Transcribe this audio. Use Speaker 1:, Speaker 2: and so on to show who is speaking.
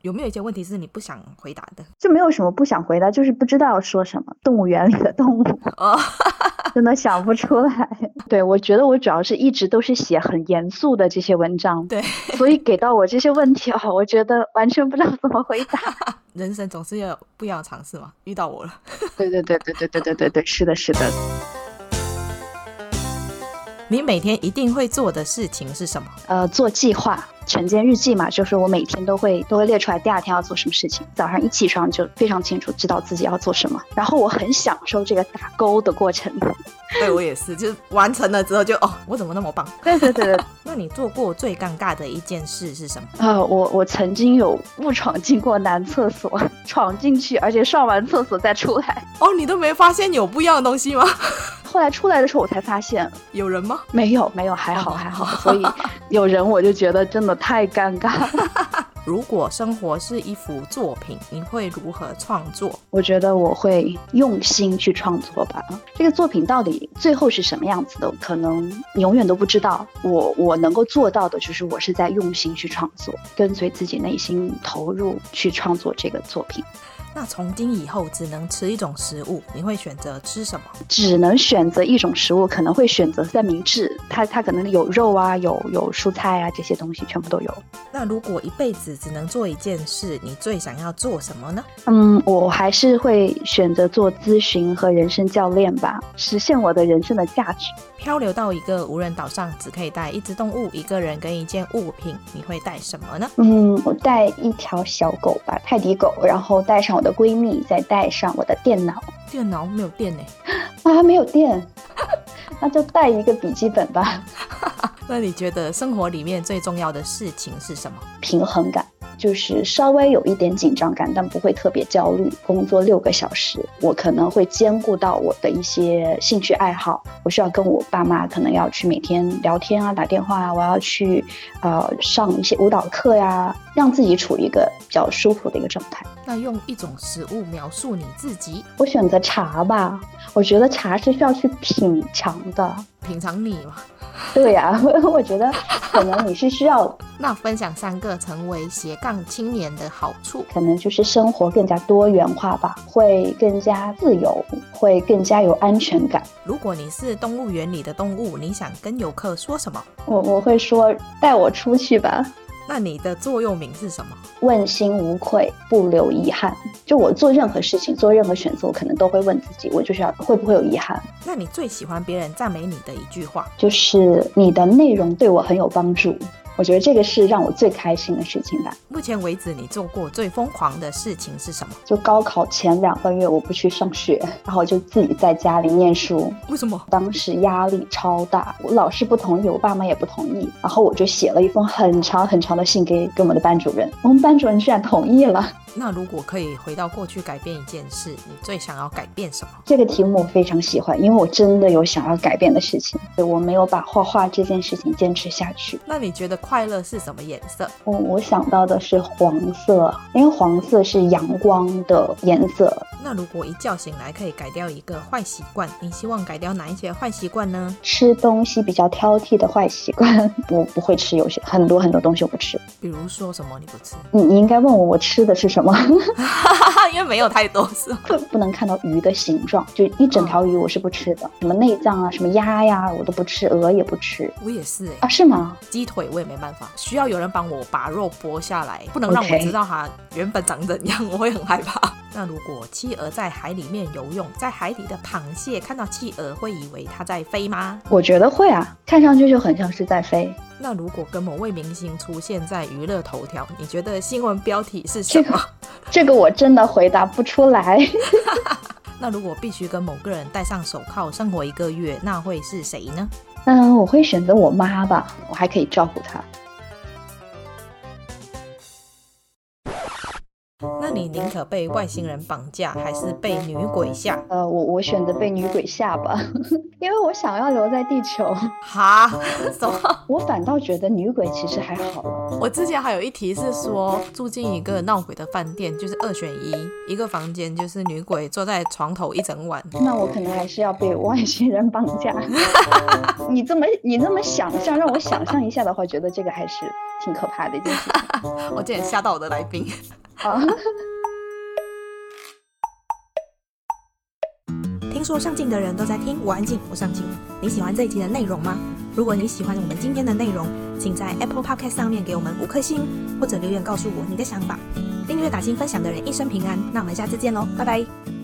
Speaker 1: 有没有一些问题是你不想回答的？
Speaker 2: 就没有什么不想回答，就是不知道说什么。动物园里的 动物，
Speaker 1: 哦，
Speaker 2: 真的想不出来。对，我觉得我主要是一直都是写很严肃的这些文章，
Speaker 1: 对，
Speaker 2: 所以给到我这些问题哦，我觉得完全不知道怎么回答。
Speaker 1: 人生总是要有不一样的尝试嘛。遇到我了，
Speaker 2: 对对对对对对对对对，是的，是的。
Speaker 1: 你每天一定会做的事情是什么？
Speaker 2: 呃，做计划，晨间日记嘛，就是我每天都会都会列出来第二天要做什么事情。早上一起床就非常清楚知道自己要做什么，然后我很享受这个打勾的过程。
Speaker 1: 对我也是，就是完成了之后就哦，我怎么那么棒？
Speaker 2: 对对对对，
Speaker 1: 那你做过最尴尬的一件事是什么？
Speaker 2: 呃，我我曾经有误闯进过男厕所，闯进去，而且上完厕所再出来。
Speaker 1: 哦，你都没发现有不一样的东西吗？
Speaker 2: 后来出来的时候，我才发现
Speaker 1: 有人吗？
Speaker 2: 没有没有，还好
Speaker 1: 哦
Speaker 2: 还
Speaker 1: 好
Speaker 2: 好。所以有人我就觉得真的太尴尬了。
Speaker 1: 如果生活是一幅作品，你会如何创作？
Speaker 2: 我觉得我会用心去创作吧。这个作品到底最后是什么样子的，可能你永远都不知道。我我能够做到的就是我是在用心去创作，跟随自己内心投入去创作这个作品。
Speaker 1: 那从今以后只能吃一种食物，你会选择吃什么？
Speaker 2: 只能选择一种食物，可能会选择三明治，它它可能有肉啊，有有蔬菜啊，这些东西全部都有。
Speaker 1: 那如果一辈子只能做一件事，你最想要做什么呢？
Speaker 2: 嗯，我还是会选择做咨询和人生教练吧，实现我的人生的价值。
Speaker 1: 漂流到一个无人岛上，只可以带一只动物、一个人跟一件物品，你会带什么呢？
Speaker 2: 嗯，我带一条小狗吧，泰迪狗，然后带上我的闺蜜，再带上我的电脑。
Speaker 1: 电脑没有电呢、
Speaker 2: 啊，没有电， 那就带一个笔记本吧。
Speaker 1: 那你觉得生活里面最重要的事情是什么？
Speaker 2: 平衡感就是稍微有一点紧张感，但不会特别焦虑。工作六个小时，我可能会兼顾到我的一些兴趣爱好。我需要跟我爸妈可能要去每天聊天啊，打电话啊，我要去呃上一些舞蹈课呀、让自己处于一个比较舒服的一个状态。
Speaker 1: 那用一种食物描述你自己，
Speaker 2: 我选择茶吧，我觉得茶是需要去品尝的。
Speaker 1: 品尝你嘛。
Speaker 2: 对呀、 我觉得可能你是需要，
Speaker 1: 那分享三个成为斜杠青年的好处。
Speaker 2: 可能就是生活更加多元化吧，会更加自由，会更加有安全感。
Speaker 1: 如果你是动物园里的动物，你想跟游客说什么？
Speaker 2: 我我会说带我出去吧，
Speaker 1: 那你的座右铭是什么？
Speaker 2: 问心无愧，不留遗憾。就我做任何事情，做任何选择，我可能都会问自己，我就是要会不会有遗憾。
Speaker 1: 那你最喜欢别人赞美你的一句话？
Speaker 2: 就是你的内容对我很有帮助，我觉得这个是让我最开心的事情吧。
Speaker 1: 目前为止，你做过最疯狂的事情是什么？
Speaker 2: 就高考前两个月我不去上学，然后我就自己在家里念书。
Speaker 1: 为什么？
Speaker 2: 当时压力超大，我老师不同意，我爸妈也不同意，然后我就写了一封很长很长的信给给我们的班主任，我们班主任居然同意了。
Speaker 1: 那如果可以回到过去改变一件事，你最想要改变什么？
Speaker 2: 这个题目我非常喜欢，因为我真的有想要改变的事情，对我没有把画画这件事情坚持下去。
Speaker 1: 那你觉得快乐是什么颜色？
Speaker 2: 我我想到的是黄色，因为黄色是阳光的颜色，
Speaker 1: 那如果一觉醒来可以改掉一个坏习惯，你希望改掉哪一些坏习惯呢？
Speaker 2: 吃东西比较挑剔的坏习惯， 我不会吃，有些很多很多东西我不吃。
Speaker 1: 比如说什么你不吃，
Speaker 2: 你你应该问我我吃的是什么，
Speaker 1: 因为没有太多是吗？
Speaker 2: 不能看到鱼的形状，就一整条鱼我是不吃的，什么内脏啊、什么鸭呀、我都不吃，鹅也不吃
Speaker 1: 我也是哎、
Speaker 2: 啊？是吗？
Speaker 1: 鸡腿我也没办法，需要有人帮我把肉剥下来，不能让我
Speaker 2: OK
Speaker 1: 知道它原本长怎样，我会很害怕。 那如果企鹅在海里面游泳，在海底的螃蟹看到企鹅会以为它在飞吗？
Speaker 2: 我觉得会啊，看上去就很像是在飞。
Speaker 1: 那如果跟某位明星出现在娱乐头条，你觉得新闻标题是什么？
Speaker 2: 这个我真的回答不出来。
Speaker 1: 那如果必须跟某个人戴上手铐生活一个月，那会是谁呢？
Speaker 2: 嗯，我会选择我妈吧，我还可以照顾她。
Speaker 1: 那你宁可被外星人绑架，还是被女鬼吓？
Speaker 2: 呃，我我选择被女鬼吓吧， 因为我想要留在地球。
Speaker 1: 哈？ 什么？
Speaker 2: 我反倒觉得女鬼其实还好，
Speaker 1: 我之前还有一题是说，住进一个闹鬼的饭店，就是二选一，一个房间就是女鬼坐在床头一整晚。
Speaker 2: 那我可能还是要被外星人绑 架。你这么你这么想象，让我想象一下的话，觉得这个还是挺可怕的一件事情。
Speaker 3: 我竟然吓到我的来宾。
Speaker 2: 啊，
Speaker 3: 听说上镜的人都在听，我安静，我上镜。你喜欢这一集的内容吗？如果你喜欢我们今天的内容，请在 Apple Podcast 上面给我们五颗星，或者留言告诉我你的想法。订阅、打新、分享的人一生平安。那我们下次见喽，拜拜。